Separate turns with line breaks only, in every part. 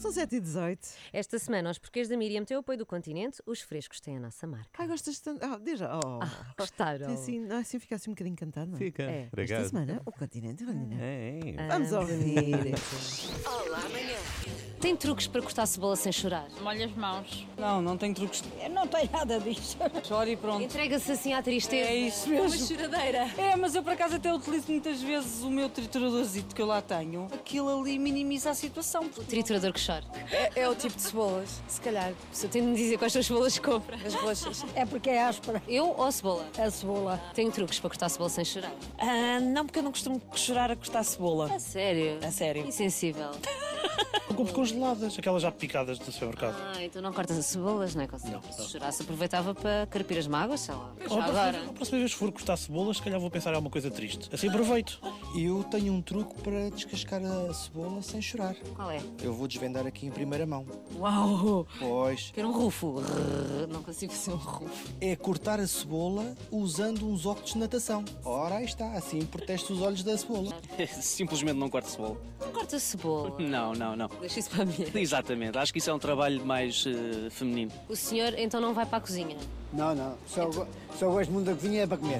São 7 e 18.
Esta semana, aos porquês da Miriam têm o apoio do continente, os frescos têm a nossa marca.
Ai, gostas tanto. Ah, deixa. Oh.
Gostaram?
assim, assim fica assim um bocadinho encantado, não é?
Fica.
É. Ah,
Obrigado.
Esta semana, o continente. Olha,
É, é.
Vamos ouvir.
Tem truques para cortar cebola sem chorar?
Molha as mãos.
Não, não tem truques. Eu não tenho nada disso. Choro e pronto.
Entrega-se assim à tristeza.
É isso mesmo. É, mas eu por acaso até utilizo muitas vezes o meu trituradorzinho que eu lá tenho. Aquilo ali minimiza a situação.
Triturador que chora.
É o tipo de cebolas, se calhar.
Só tem de me dizer quais são as cebolas que compra.
As roxas.
É porque é áspera
Eu ou cebola?
a cebola.
Tenho truques para cortar cebola sem chorar.
Ah, não, porque eu não costumo chorar a cortar cebola.
A sério?
A sério.
Insensível.
Eu compro congeladas, aquelas já picadas do supermercado.
Ah, então não cortas as cebolas, não é? Não. Se chorasse, aproveitava para carpir as mágoas, sei lá.
Ou
Já agora.
A próxima vez que for cortar cebolas, se calhar vou pensar em alguma coisa triste. Assim aproveito.
Eu tenho um truque para descascar a cebola sem chorar.
um-
Qual é?
Eu vou desvendar aqui em primeira mão.
Uau!
Pois,
Quero um rufo. Rrr, Não consigo fazer um rufo.
é cortar a cebola usando uns óculos de natação. Ora, aí está, assim protege os olhos da cebola.
Simplesmente não corto cebola.
Não corta cebola.
Não, não, não.
Deixa isso para mim.
Exatamente. Acho que isso é um trabalho mais eh, feminino.
O senhor então não vai para a cozinha.
Não, não. Só, gosto muito da cozinha é para comer.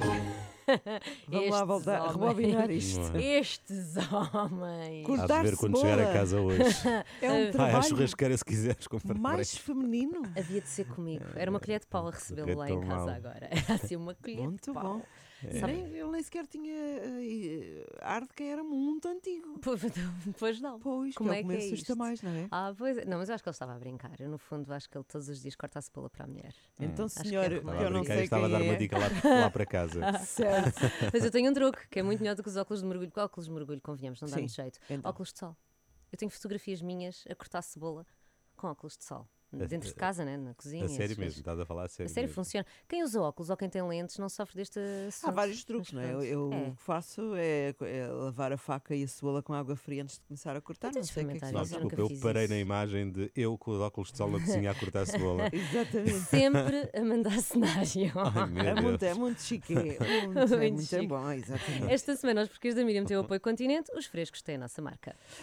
Vamos lá
Estes
voltar a
homens.
rebobinar isto.
Estes homens.
Há de
Cortar
ver quando
cebola
chegar a casa hoje.
Ah,
É um
Vai à
trabalho
churrasqueira se quiseres comprar.
mais feminino.
Havia de ser comigo. Era uma colher de pau a recebê-lo lá em
Tão
casa
mal.
agora. Era assim uma colher
Muito
de pau.
bom.
É.
Nem- eu nem sequer tinha eh, ar de que era muito antigo.
Pois não, Pois não.
Pois,
Como
que
é
é o que
que
me
é
assusta
isto?
mais, não é?
Ah, pois é. Não, mas eu acho que ele estava a brincar. Eu, no fundo, acho que ele todos os dias corta a cebola para a mulher.
Então,
que é
senhor,
romântico.
eu
a
não
brincar,
sei
Hum. estava a dar uma
quem é. Ah,
dica lá, lá para casa.
Certo.
Mas eu tenho um truque que é muito melhor do que os óculos de mergulho. Porque óculos de mergulho, convenhamos, não dá
Sim,
muito jeito.
então.
Óculos de sol. Eu tenho fotografias minhas a cortar cebola com óculos de sol. Dentro de casa, né? na cozinha.
A sério
essas
mesmo,
coisas.
estás a falar a
A
sério.
sério,
mesmo.
funciona. Quem usa óculos ou quem tem lentes não sofre deste
Há
assunto.
vários truques, não
Mas
é? Eu, eu
pronto. É.
o que faço é, é lavar a faca e a cebola com água fria antes de começar a cortar.
Eu tenho
Não sei o que é que
de
se
experimentar
Não,
faz.
isso, eu nunca
desculpa, eu
fiz
parei
isso.
na imagem de eu com os óculos de sol na cozinha a cortar cebola.
Exatamente.
É. Sempre a mandar cenário.
Ai, meu
É
Deus.
muito, é muito chique. é Muito, é
Muito
muito
chique.
bom, exatamente.
Esta semana, os porquês da Miriam têm o apoio Continente, os frescos têm a nossa marca.